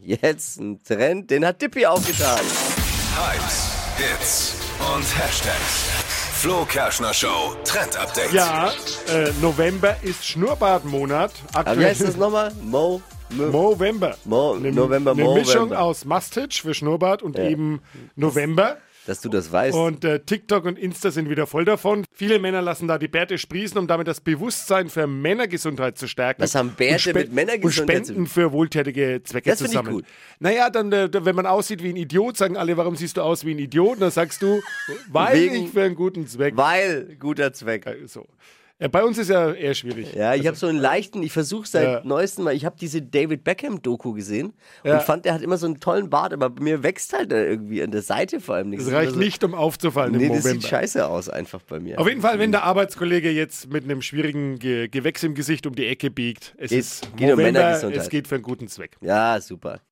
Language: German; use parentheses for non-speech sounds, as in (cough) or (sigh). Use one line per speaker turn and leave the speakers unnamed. jetzt ein Trend, den hat Dippy aufgetan.
Hypes, Hits und Hashtags. Flo Kerschner Show Trend Update.
Ja, äh, November ist Schnurrbartmonat.
Aber wie heißt das nochmal? Mo, Mo,
(laughs) Movember.
Mo-
Eine-
November,
Eine
Movember.
Mischung aus Mustache für Schnurrbart und eben November.
Dass du das weißt.
Und äh, TikTok und Insta sind wieder voll davon. Viele Männer lassen da die Bärte sprießen, um damit das Bewusstsein für Männergesundheit zu stärken.
Was haben Bärte
Und spe-
mit Männergesundheit
Und
zu
Spenden für wohltätige Zwecke
Das find ich
zusammen.
gut.
Naja, dann, äh, wenn man aussieht wie ein Idiot, sagen alle, warum siehst du aus wie ein Idiot? Und dann sagst du, weil
Wegen-
ich für einen guten Zweck.
Weil, guter Zweck.
Äh, So. Äh, Bei uns ist ja eher schwierig.
Ja, ich habe so einen leichten, ich versuche seit
Ja.
neuestem Mal, ich habe diese David Beckham-Doku gesehen
Ja.
und fand, der hat immer so einen tollen Bart, aber bei mir wächst halt da irgendwie an der Seite vor allem nichts.
Das reicht
Also-
nicht, um aufzufallen
Nee,
im
das sieht
November.
scheiße aus einfach bei mir.
Auf jeden Fall, wenn der Arbeitskollege jetzt mit einem schwierigen Ge Gewächs im Gesicht um die Ecke biegt, es
Geht-
ist
geht um
November,
Männergesundheit.
es geht für einen guten Zweck.
Ja, super.